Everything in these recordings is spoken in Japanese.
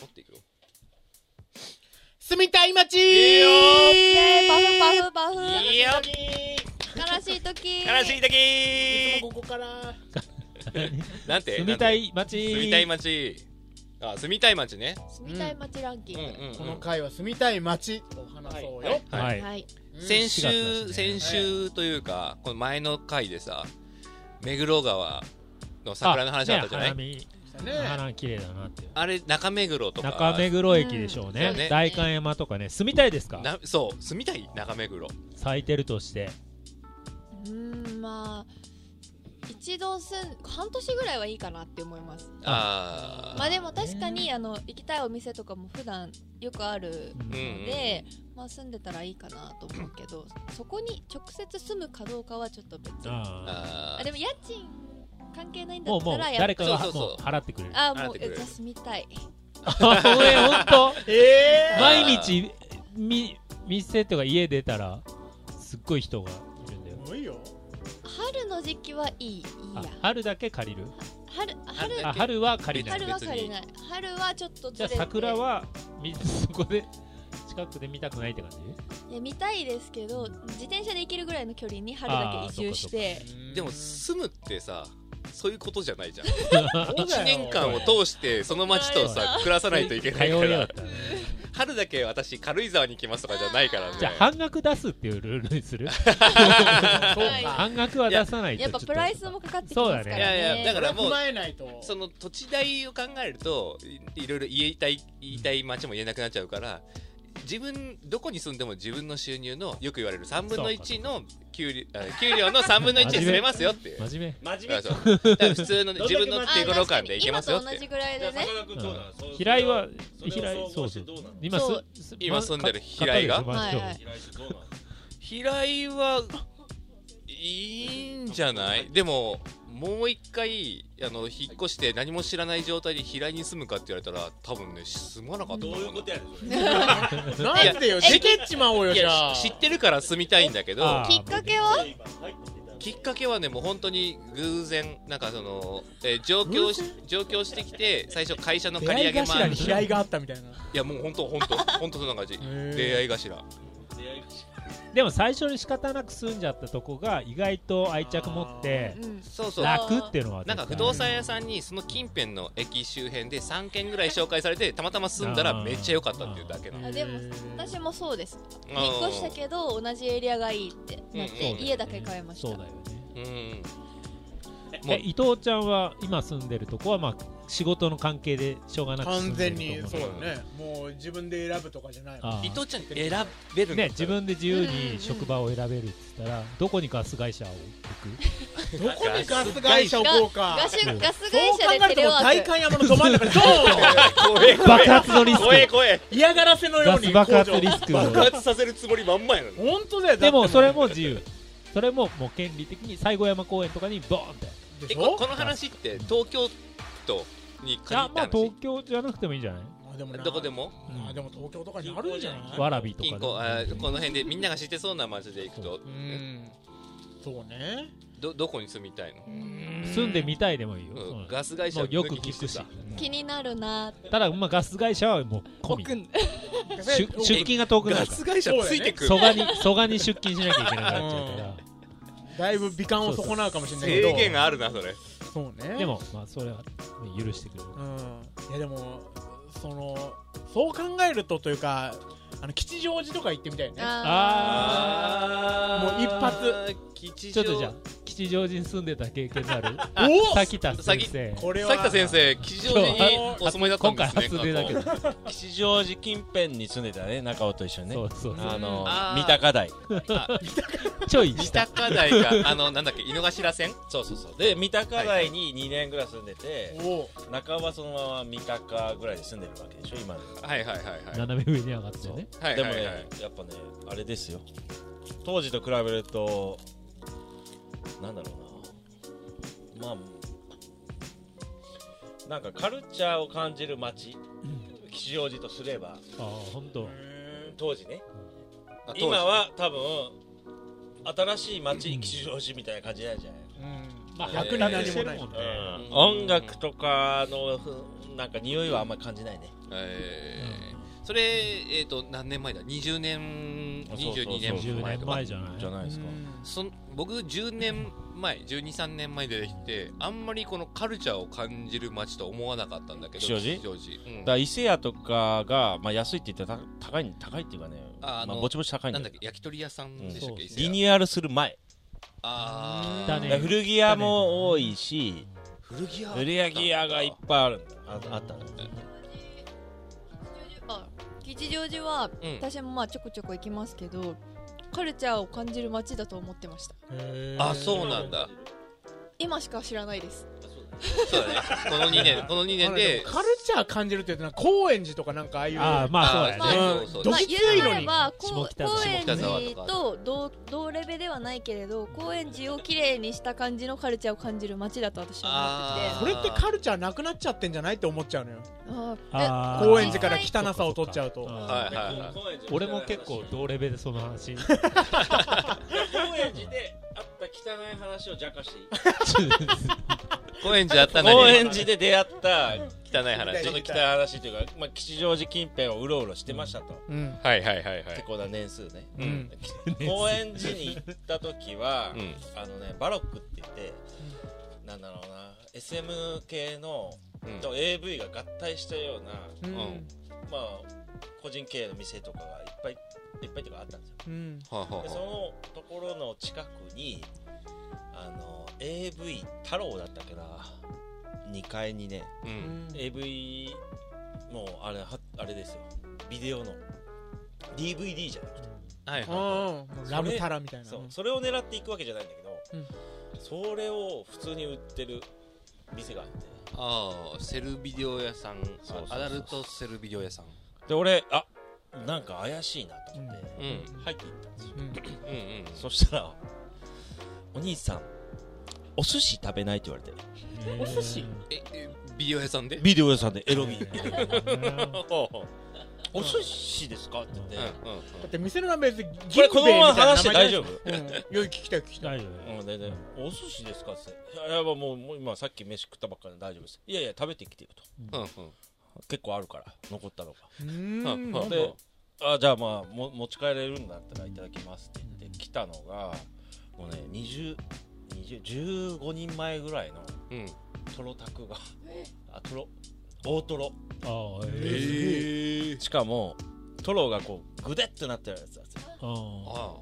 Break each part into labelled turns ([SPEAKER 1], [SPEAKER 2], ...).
[SPEAKER 1] 持っていくよ
[SPEAKER 2] 住みたい街
[SPEAKER 1] いいよ
[SPEAKER 3] イエーイバフバフバフ
[SPEAKER 1] いいよ
[SPEAKER 3] 悲しい時
[SPEAKER 1] 悲しい
[SPEAKER 2] いつ
[SPEAKER 1] 時
[SPEAKER 2] もここから
[SPEAKER 1] なんて
[SPEAKER 4] 住みた
[SPEAKER 1] い
[SPEAKER 4] い街
[SPEAKER 1] 住みたい街あ住みたい街ね
[SPEAKER 3] 住みたい街ランキン
[SPEAKER 1] う
[SPEAKER 3] グ
[SPEAKER 1] んうんうん
[SPEAKER 2] この回は住みたい街と話そうよ
[SPEAKER 1] はい
[SPEAKER 4] はい、
[SPEAKER 3] はい
[SPEAKER 2] うん
[SPEAKER 1] 先
[SPEAKER 4] 4月
[SPEAKER 1] 週、
[SPEAKER 4] だしね
[SPEAKER 1] 先週というか、この前の回でさ、目黒川の桜の話あったじゃないあ,、
[SPEAKER 4] ね
[SPEAKER 2] ね
[SPEAKER 4] 花見花綺麗だなっていう
[SPEAKER 1] れ、中目黒とか。
[SPEAKER 4] 中目黒駅でしょう
[SPEAKER 1] う
[SPEAKER 4] ね,、
[SPEAKER 1] んそうね
[SPEAKER 4] 代官山とかね住みたいですか
[SPEAKER 1] なそう、住みたい中目黒。
[SPEAKER 4] 咲いてるとして
[SPEAKER 3] うーんまあ一度住ん半年ぐらいはいいかなって思います
[SPEAKER 1] あー、
[SPEAKER 3] まあでも確かにあの行きたいお店とかも普段よくある
[SPEAKER 4] うん
[SPEAKER 1] うん
[SPEAKER 3] ので、まあ住んでたらいいかなと思うけどそこに直接住むかどうかはちょっと別に
[SPEAKER 4] あ
[SPEAKER 1] あ
[SPEAKER 3] あ
[SPEAKER 1] ー
[SPEAKER 3] でも家賃関係ないん
[SPEAKER 4] ー
[SPEAKER 3] だ
[SPEAKER 4] も
[SPEAKER 3] っ
[SPEAKER 4] うも
[SPEAKER 3] た
[SPEAKER 4] う
[SPEAKER 3] らやっ
[SPEAKER 4] 誰かが
[SPEAKER 1] そうそう
[SPEAKER 4] も
[SPEAKER 1] そう
[SPEAKER 4] う払ってくれる
[SPEAKER 3] あも
[SPEAKER 1] 払っ
[SPEAKER 3] う
[SPEAKER 1] てくれ
[SPEAKER 3] え
[SPEAKER 1] る
[SPEAKER 3] じゃあ住みたい
[SPEAKER 4] 本当
[SPEAKER 2] えー
[SPEAKER 4] 毎日み店とか家出たらすっごい人がいるんだよ
[SPEAKER 2] すごいよ
[SPEAKER 3] 春の時期はいいいい
[SPEAKER 4] あ
[SPEAKER 3] や
[SPEAKER 4] 春だけ借りる
[SPEAKER 3] 春春
[SPEAKER 4] あ春は借りない
[SPEAKER 3] 春は借りない春はちょっとず
[SPEAKER 4] じゃ
[SPEAKER 3] れて
[SPEAKER 4] あ桜はみそこで近くで見たくないって 感じ
[SPEAKER 3] いや見たいですけど自転車で行けるぐらいの距離に春だけ移住して
[SPEAKER 1] でも、住むってさ、そういうことじゃないじゃん。
[SPEAKER 2] そうだよ
[SPEAKER 1] 1年間を通して、その街とさ、暮らさないといけないか
[SPEAKER 4] 通いやが
[SPEAKER 1] ら、
[SPEAKER 4] ったね
[SPEAKER 1] 春だけ私、軽井沢に来ますとかじゃないからね。
[SPEAKER 4] じゃあ半額出すっていうルールにする
[SPEAKER 2] そう
[SPEAKER 3] はい
[SPEAKER 2] か
[SPEAKER 4] 半額は出さないと
[SPEAKER 3] やっぱ
[SPEAKER 4] ちょと
[SPEAKER 3] プライスもかかってきますからね
[SPEAKER 4] そうだね
[SPEAKER 1] いやいやだからもう
[SPEAKER 2] 踏まえないと
[SPEAKER 1] その土地代を考えるといいろいろ言いたい言いたい町も言えなくなっちゃうから自分どこに住んでも自分の収入のよく言われる3分の1の給料あ給料の3分の1で住めますよっ ていう
[SPEAKER 4] 真面
[SPEAKER 5] 真
[SPEAKER 1] だ
[SPEAKER 5] 面目
[SPEAKER 1] からそうだから普通の
[SPEAKER 5] どんだけ
[SPEAKER 1] 自分の手頃感でいけますよっ
[SPEAKER 3] 今と同
[SPEAKER 1] て
[SPEAKER 3] じぐらい
[SPEAKER 5] じゃ
[SPEAKER 3] で
[SPEAKER 5] あ
[SPEAKER 3] ね
[SPEAKER 5] 坂田君どうなのそ
[SPEAKER 4] 目
[SPEAKER 5] う
[SPEAKER 4] 平井は
[SPEAKER 5] それを
[SPEAKER 4] 平井
[SPEAKER 5] 総
[SPEAKER 4] そ
[SPEAKER 5] 合
[SPEAKER 4] う
[SPEAKER 5] し
[SPEAKER 4] そ
[SPEAKER 5] て
[SPEAKER 4] う
[SPEAKER 5] どうなの
[SPEAKER 4] 今す
[SPEAKER 3] そう
[SPEAKER 4] す
[SPEAKER 1] 今
[SPEAKER 4] ま
[SPEAKER 1] 住んでる平井が
[SPEAKER 4] 買ったでしょ
[SPEAKER 3] はいはい
[SPEAKER 5] 平井君どうなの
[SPEAKER 1] 平井はいいんじゃないでももう一回あの引っ越して何も知らない状態で平井に住むかって言われたら多分ね住まなかった
[SPEAKER 5] ど
[SPEAKER 1] と
[SPEAKER 5] う
[SPEAKER 1] 思
[SPEAKER 5] いうことやねんそれ
[SPEAKER 2] なんでよ
[SPEAKER 1] え
[SPEAKER 2] 事件っちまおうよ
[SPEAKER 1] い
[SPEAKER 2] じゃ
[SPEAKER 1] や
[SPEAKER 2] あ
[SPEAKER 1] 知ってるから住みたいんだけど
[SPEAKER 4] あー
[SPEAKER 3] きっかけは
[SPEAKER 1] きっかけはねもう本当に偶然なんかその、えー上京し上京してきて最初会社の借り上げ
[SPEAKER 2] 出会い頭
[SPEAKER 1] 前
[SPEAKER 2] に
[SPEAKER 1] い
[SPEAKER 2] 平井があったみたいな
[SPEAKER 1] やもう本当本当本当そんな感じ出会い頭
[SPEAKER 5] 出会い
[SPEAKER 4] でも最初に仕方なく住んじゃったとこが意外と愛着持って
[SPEAKER 3] うん
[SPEAKER 1] そうそう
[SPEAKER 3] あ
[SPEAKER 4] 楽っていうのは
[SPEAKER 1] なんか不動産屋さんにその近辺の駅周辺で3軒ぐらい紹介されてたまたま住んだらめっちゃ良かったっていうだけなの
[SPEAKER 3] あでも私もそうです
[SPEAKER 1] 引
[SPEAKER 3] 引っ越したけど同じエリアがいいってなっ
[SPEAKER 1] うんうん
[SPEAKER 3] て家だけ買いました
[SPEAKER 4] そうだよね
[SPEAKER 1] うんも
[SPEAKER 4] え
[SPEAKER 1] う
[SPEAKER 4] 伊藤ちゃんは今住んでるとこはまあ仕事の関係でしょうがなく住
[SPEAKER 2] 完
[SPEAKER 4] んで
[SPEAKER 2] 全
[SPEAKER 4] ると
[SPEAKER 2] に
[SPEAKER 4] 思
[SPEAKER 2] そうだねもう自分で選ぶとかじゃないもん
[SPEAKER 4] あー
[SPEAKER 1] 伊藤ちゃん選べるんだ
[SPEAKER 4] ね、自分で自由に職場を選べるって言ったら、どこにガス会社を置
[SPEAKER 2] どこにガス会社置こうか
[SPEAKER 3] ガスガス
[SPEAKER 2] そう
[SPEAKER 3] 会社
[SPEAKER 2] 考
[SPEAKER 3] で
[SPEAKER 2] え
[SPEAKER 3] テ
[SPEAKER 2] る
[SPEAKER 3] レ
[SPEAKER 2] と
[SPEAKER 3] ワ
[SPEAKER 2] もう
[SPEAKER 3] ー
[SPEAKER 2] 代
[SPEAKER 3] ク
[SPEAKER 2] 官山のど真ん中にドーンって
[SPEAKER 1] 怖 え
[SPEAKER 4] く爆発のリス
[SPEAKER 1] 怖え
[SPEAKER 4] ク
[SPEAKER 1] 怖え
[SPEAKER 2] 嫌がらせのよ
[SPEAKER 4] ガ
[SPEAKER 2] うに
[SPEAKER 4] ス爆発リ
[SPEAKER 2] 工
[SPEAKER 4] スク
[SPEAKER 1] 爆発させるつもりまんまやのに
[SPEAKER 2] 場本当だよ
[SPEAKER 4] でもそれ
[SPEAKER 2] も
[SPEAKER 4] も自由それももう権利的に西郷山公園とかにボーンって
[SPEAKER 2] で
[SPEAKER 1] え
[SPEAKER 2] し
[SPEAKER 1] こ
[SPEAKER 2] ょ
[SPEAKER 1] この話って東京都に限
[SPEAKER 4] あ
[SPEAKER 1] っ
[SPEAKER 4] ま
[SPEAKER 1] た
[SPEAKER 4] あ東
[SPEAKER 1] 話
[SPEAKER 4] 京じゃなくてもいいんじゃない
[SPEAKER 2] あでもな
[SPEAKER 1] どこでも
[SPEAKER 2] あでも東京とかにあるんじゃない
[SPEAKER 4] わらびと
[SPEAKER 1] 金
[SPEAKER 4] か
[SPEAKER 1] 庫あ
[SPEAKER 4] で
[SPEAKER 1] ーこの辺でみんなが知ってそうな街で行くと
[SPEAKER 2] うんそうね
[SPEAKER 1] どどこに住みたいの、
[SPEAKER 4] 住んでみたいでもいいよ、
[SPEAKER 1] うん
[SPEAKER 4] うん
[SPEAKER 1] ガス会社
[SPEAKER 4] もうよく
[SPEAKER 1] 抜きに
[SPEAKER 4] 聞くし
[SPEAKER 1] さ
[SPEAKER 3] 気になるなーって
[SPEAKER 4] ただ、まあ、ガス会社はもう込み
[SPEAKER 3] 奥に
[SPEAKER 4] しゅ出勤が遠くな
[SPEAKER 1] ガ
[SPEAKER 4] るか
[SPEAKER 1] ス会社ついてく
[SPEAKER 4] ら
[SPEAKER 1] る、
[SPEAKER 4] 蘇我に蘇我に出勤しなきゃいけなくなっちゃうから
[SPEAKER 2] だいぶ美観を損なうかもしれないけど
[SPEAKER 1] 制限があるなそれ
[SPEAKER 2] そうね
[SPEAKER 4] でもまあそれは許してくれる
[SPEAKER 2] うんいやでもそのそう考えるとというかあの吉祥寺とか行ってみたいね
[SPEAKER 3] あ
[SPEAKER 2] もう一
[SPEAKER 1] 発吉
[SPEAKER 4] ちょ
[SPEAKER 1] 祥
[SPEAKER 4] っとじゃあ吉祥寺に住んでた経験のある
[SPEAKER 2] お
[SPEAKER 4] さきた先生
[SPEAKER 2] これは
[SPEAKER 1] 崎田先生吉祥寺にお住まいだったん
[SPEAKER 4] 今
[SPEAKER 1] で
[SPEAKER 4] 回
[SPEAKER 1] すね
[SPEAKER 4] 初出だけど
[SPEAKER 5] 吉祥寺近辺に住んでたね中尾と一緒にね
[SPEAKER 4] そうそう
[SPEAKER 5] あの
[SPEAKER 1] あー
[SPEAKER 5] 三鷹台
[SPEAKER 4] ちょい
[SPEAKER 1] 三
[SPEAKER 4] 下
[SPEAKER 1] 鷹台があのなんだっけ井の頭線
[SPEAKER 5] そうそうそうで三鷹台に2年ぐらい住んでて、
[SPEAKER 2] おお
[SPEAKER 5] 中尾はそのまま三鷹ぐらいで住んでるわけでしょ今でも
[SPEAKER 1] はいはいはいはい
[SPEAKER 4] 斜め上に上がってね
[SPEAKER 1] はい
[SPEAKER 5] でも
[SPEAKER 1] は
[SPEAKER 5] ね、
[SPEAKER 1] いはい
[SPEAKER 5] やっぱねあれですよ当時と比べるとなんだろうなまあなんかカルチャーを感じる街吉祥寺とすれば
[SPEAKER 4] ああ本当。
[SPEAKER 5] 当時ね
[SPEAKER 1] あ当時
[SPEAKER 5] 今は多分新しい街吉祥寺みたいな感じなんじゃない
[SPEAKER 2] うん
[SPEAKER 4] まあ
[SPEAKER 1] えー
[SPEAKER 4] 白に何もないもんね、
[SPEAKER 5] うん
[SPEAKER 1] うん
[SPEAKER 5] 音楽とかのふなんか匂いはあんまり感じないね
[SPEAKER 1] えー、それえっ、と何年前だ20年
[SPEAKER 5] あそうそうそう
[SPEAKER 1] 22
[SPEAKER 5] うん
[SPEAKER 1] 年
[SPEAKER 4] 10
[SPEAKER 1] 前と
[SPEAKER 4] 年
[SPEAKER 1] か
[SPEAKER 4] 前じゃない
[SPEAKER 5] じゃないですか
[SPEAKER 1] そん僕10年前123年前に出てきてあんまりこのカルチャーを感じる街と思わなかったんだけど
[SPEAKER 5] 吉祥寺
[SPEAKER 1] うん
[SPEAKER 5] だから伊勢屋とかが、まあ、安いって言ってた高い高いっていうかね
[SPEAKER 1] ああの
[SPEAKER 5] まあ、ぼちぼち高いん
[SPEAKER 1] な
[SPEAKER 5] だ
[SPEAKER 1] ん
[SPEAKER 5] よ
[SPEAKER 1] だっけ焼き鳥屋さんでしたっけ、
[SPEAKER 4] うん
[SPEAKER 1] 伊勢屋
[SPEAKER 5] リニューアルする前
[SPEAKER 1] あー
[SPEAKER 4] だね
[SPEAKER 5] だから古着屋も多いし
[SPEAKER 1] 古着屋
[SPEAKER 5] 古着屋がいっぱいあるんだああったの
[SPEAKER 3] あ吉祥寺は
[SPEAKER 1] うん
[SPEAKER 3] 私もまあちょこちょこ行きますけどカルチャーを感じる街だと思ってました
[SPEAKER 1] あそうなんだ
[SPEAKER 3] 今しか知らないです
[SPEAKER 1] そう だねこの2年この2
[SPEAKER 2] で
[SPEAKER 1] 年で
[SPEAKER 2] カルチャー感じるって言うとなんか高円寺とかなんかああいう
[SPEAKER 4] ああまあそうだ
[SPEAKER 1] あ
[SPEAKER 4] ね、
[SPEAKER 1] ー
[SPEAKER 2] う
[SPEAKER 1] そ
[SPEAKER 2] ん
[SPEAKER 1] うそう
[SPEAKER 2] ど
[SPEAKER 1] そう
[SPEAKER 2] っ
[SPEAKER 3] まあ
[SPEAKER 2] きつ
[SPEAKER 3] 言
[SPEAKER 2] いうの
[SPEAKER 3] なれ
[SPEAKER 2] に
[SPEAKER 3] ばこ
[SPEAKER 4] 下
[SPEAKER 3] う
[SPEAKER 4] 北沢
[SPEAKER 3] 高円
[SPEAKER 1] 下北沢と
[SPEAKER 3] 寺
[SPEAKER 1] か
[SPEAKER 3] と同同レベではないけれど高円寺をきれいにした感じのカルチャーを感じる街だと私は思ってて
[SPEAKER 2] それってカルチャーなくなっちゃってんじゃないって思っちゃうのよ
[SPEAKER 3] あ
[SPEAKER 4] あー
[SPEAKER 2] 高円寺から汚さを取っちゃうと
[SPEAKER 4] あー
[SPEAKER 1] はいはいはい
[SPEAKER 4] 俺も結構同レベでその 話ちょ
[SPEAKER 5] 高円寺であった汚い話を若干していい
[SPEAKER 1] 高円寺あったなに
[SPEAKER 5] 高円寺で出会った
[SPEAKER 1] 汚い話
[SPEAKER 5] ちょっと汚い話というか、まあ、吉祥寺近辺をうろうろしてましたと、
[SPEAKER 2] うん
[SPEAKER 1] はいはいはいは
[SPEAKER 5] 結構な年数ね
[SPEAKER 1] う
[SPEAKER 2] うんん
[SPEAKER 5] 高円寺に行った時は、
[SPEAKER 1] うん
[SPEAKER 5] あのねバロックって言って、なんだろうな SM 系の
[SPEAKER 1] うん
[SPEAKER 5] と AV が合体したような、
[SPEAKER 2] う
[SPEAKER 1] うん
[SPEAKER 2] ん
[SPEAKER 5] まあ個人経営の店とかがいっぱいいっぱいとかあったんですよ
[SPEAKER 2] うん
[SPEAKER 1] はあはあ
[SPEAKER 5] でそ
[SPEAKER 1] は
[SPEAKER 5] のところの近くにあの AV 太郎だったっけな2階にね
[SPEAKER 1] あうん、
[SPEAKER 5] AV もうあれはあれですよビデオの DVD じゃなくて
[SPEAKER 1] はいはい
[SPEAKER 2] うんラブタラみたいな
[SPEAKER 5] そうそれを狙っていくわけじゃないんだけど、それを普通に売ってる店があって
[SPEAKER 1] ああセルビデオ屋さん
[SPEAKER 5] そうそうそう
[SPEAKER 1] あアダルトセルビデオ屋さん
[SPEAKER 5] で俺あなんか怪しいなと思って、
[SPEAKER 1] うん
[SPEAKER 5] 入っていったんですよ、
[SPEAKER 2] うん
[SPEAKER 1] うんうん
[SPEAKER 5] そしたらお兄さんお寿司食べないって言われて
[SPEAKER 4] お寿司
[SPEAKER 1] ええビデオ屋さんで
[SPEAKER 5] ビデオ屋さんでエロビ
[SPEAKER 1] ほうほう
[SPEAKER 5] お寿司ですかって言って、
[SPEAKER 1] うんうん
[SPEAKER 2] だって店の名前別に
[SPEAKER 5] これこのまま話して大丈
[SPEAKER 2] 夫
[SPEAKER 5] 夫
[SPEAKER 2] よい聞きたい聞きたい
[SPEAKER 4] 大丈
[SPEAKER 5] うん、全然お寿司ですかって言っていやいやもうもう今さっき飯食ったばっかりで大丈夫ですいやいや食べてきてると
[SPEAKER 1] うんうん
[SPEAKER 5] 結構あるから残ったのが
[SPEAKER 2] う
[SPEAKER 1] うんうん
[SPEAKER 2] ん
[SPEAKER 5] であじゃあまあも持ち帰れるんだったらいただきますって言って来たのがもうね20 20 15人前ぐらいの
[SPEAKER 1] うん
[SPEAKER 5] トロタクがあトロ大トロ
[SPEAKER 4] 夫あ
[SPEAKER 2] え
[SPEAKER 4] ーえ
[SPEAKER 1] え
[SPEAKER 5] しかもトロがこうグデッとなってるやつだぜ
[SPEAKER 4] ーあ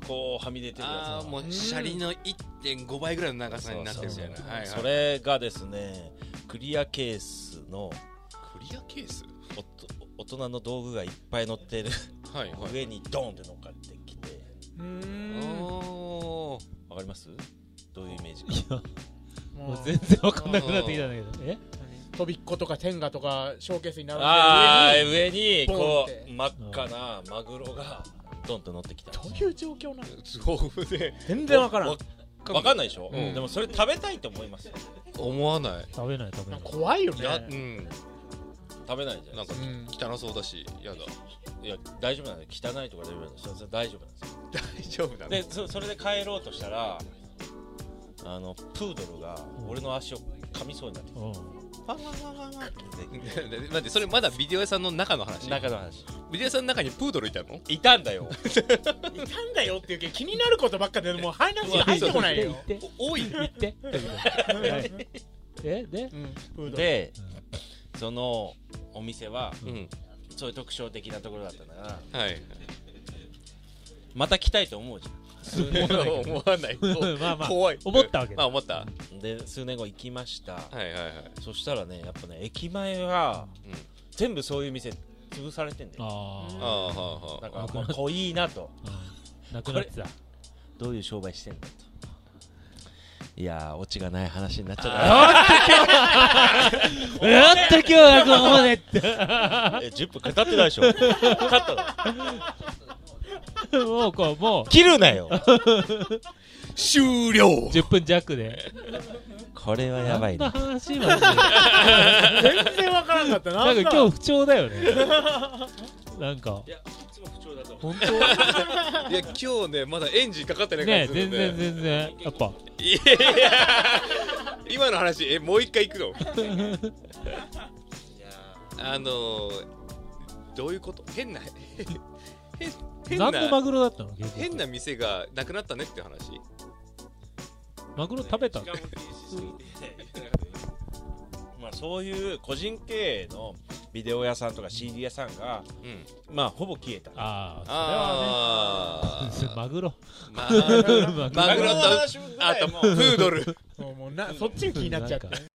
[SPEAKER 1] あ
[SPEAKER 5] こうはみ出てるや
[SPEAKER 1] ああもうシャリの1.5倍ぐらいの長
[SPEAKER 5] つ
[SPEAKER 1] さになってるみたいな
[SPEAKER 5] そうそうそう
[SPEAKER 1] はいはい
[SPEAKER 5] それがですねクリアケースの
[SPEAKER 1] クリアケース
[SPEAKER 5] おと大人の道具がいっぱい乗ってる
[SPEAKER 1] はいはい
[SPEAKER 5] 上にドーンって乗っかってきて
[SPEAKER 2] うん
[SPEAKER 1] お ー
[SPEAKER 5] わかりますどういうイメージ
[SPEAKER 4] ー
[SPEAKER 5] か
[SPEAKER 4] いやも
[SPEAKER 2] も
[SPEAKER 4] う
[SPEAKER 2] う
[SPEAKER 4] 全然わかんなくなってきたんだけどえ
[SPEAKER 2] 飛びっことか天下とかショーケースに並んで
[SPEAKER 5] ああ
[SPEAKER 2] る
[SPEAKER 5] 上にこ
[SPEAKER 2] ボンっ
[SPEAKER 5] う
[SPEAKER 2] て
[SPEAKER 5] 真っ赤なマグロがドンと乗ってきた
[SPEAKER 2] 上にどういう状況なの
[SPEAKER 1] 豊富 で
[SPEAKER 2] 全然わからん
[SPEAKER 5] わわかんないでしょ、
[SPEAKER 1] うん
[SPEAKER 5] でもそれ食べたいと思いますよ
[SPEAKER 1] 思わない
[SPEAKER 4] 食べない食べ
[SPEAKER 2] な
[SPEAKER 4] な
[SPEAKER 2] いんか怖いよ
[SPEAKER 1] いや
[SPEAKER 2] ね
[SPEAKER 1] うん
[SPEAKER 5] 食べないじゃな
[SPEAKER 1] ないんか
[SPEAKER 2] うん
[SPEAKER 1] 汚そうだしやだ
[SPEAKER 5] いや大丈夫なんで汚いとか大丈夫なんでそれそれ大丈夫なんですよ
[SPEAKER 1] 大丈夫だね
[SPEAKER 5] でそそれで帰ろうとしたらあのプードルが俺の足を噛みそうになってきて
[SPEAKER 4] う
[SPEAKER 5] パンパンパンパンパンって
[SPEAKER 1] 待ってそれまだビデオ屋さんの中の話
[SPEAKER 5] 中の話
[SPEAKER 1] ビデオ屋さんの中にプードルいたの
[SPEAKER 5] いたんだよ
[SPEAKER 2] いたんだよっていうけど気になることばっかでもう話が入ってこないよ
[SPEAKER 4] 言って
[SPEAKER 1] 多い
[SPEAKER 4] 言って言ってはいえで
[SPEAKER 2] うんフード
[SPEAKER 5] でそのお店は
[SPEAKER 1] うん
[SPEAKER 5] そういう特徴的なところだったから
[SPEAKER 1] はい
[SPEAKER 5] また来たいと思うじ
[SPEAKER 4] すごい
[SPEAKER 1] 思わない
[SPEAKER 4] うんまあまあ
[SPEAKER 1] 怖い
[SPEAKER 4] 思ったわけ
[SPEAKER 1] あ
[SPEAKER 4] だ
[SPEAKER 1] 思ったは
[SPEAKER 5] ゃんで数年後行きました、
[SPEAKER 1] いはいはい
[SPEAKER 5] そしたらねやっぱね駅前は
[SPEAKER 1] うん
[SPEAKER 5] 全部そういう店潰されてんだよ
[SPEAKER 4] あ
[SPEAKER 1] ああはあはあ
[SPEAKER 5] だからもう濃いなと
[SPEAKER 4] あなくなってた
[SPEAKER 5] どういう商売してんだといやーオチがない話になっ ちゃ
[SPEAKER 4] やったやった今日はここまでって
[SPEAKER 5] った え10分かかってないでしょカットだ
[SPEAKER 4] もうこうも
[SPEAKER 5] 切るなよ
[SPEAKER 1] 終了
[SPEAKER 4] う10分弱で
[SPEAKER 5] これはやばい
[SPEAKER 4] こん
[SPEAKER 5] な
[SPEAKER 4] な話までな
[SPEAKER 2] 全然わからんかったなん
[SPEAKER 4] んか
[SPEAKER 2] だ
[SPEAKER 4] 今日不調だよねなんか
[SPEAKER 5] いや普通
[SPEAKER 6] も不調だと思う
[SPEAKER 4] 本当
[SPEAKER 1] いや今日ねまだエンジンかかってない感
[SPEAKER 4] ね
[SPEAKER 1] じする
[SPEAKER 4] 全
[SPEAKER 1] んで
[SPEAKER 4] 然全然やっぱ
[SPEAKER 1] いやいや今の話えもう一回行くの
[SPEAKER 6] いや
[SPEAKER 1] あのーどういうこと変な 変変
[SPEAKER 4] 何の
[SPEAKER 1] な
[SPEAKER 4] マグロだったの結局
[SPEAKER 1] 変な店がなくなったねって話
[SPEAKER 4] マグ
[SPEAKER 6] ー
[SPEAKER 4] ロ食べた
[SPEAKER 6] 時間も気にしすぎて言えなかった
[SPEAKER 5] まあ、そういう個人経営のビデオ屋さんとか CD 屋さんが、
[SPEAKER 1] うん
[SPEAKER 5] まあ、ほぼ消えた
[SPEAKER 4] ああ
[SPEAKER 1] あ
[SPEAKER 4] それはね マグロ
[SPEAKER 1] まあ
[SPEAKER 4] マグロ
[SPEAKER 1] マグロと
[SPEAKER 5] の話ぐら
[SPEAKER 1] あ
[SPEAKER 5] い
[SPEAKER 1] と
[SPEAKER 5] も
[SPEAKER 1] フードル
[SPEAKER 2] そうもうなそっちに気になっちゃって
[SPEAKER 4] なんか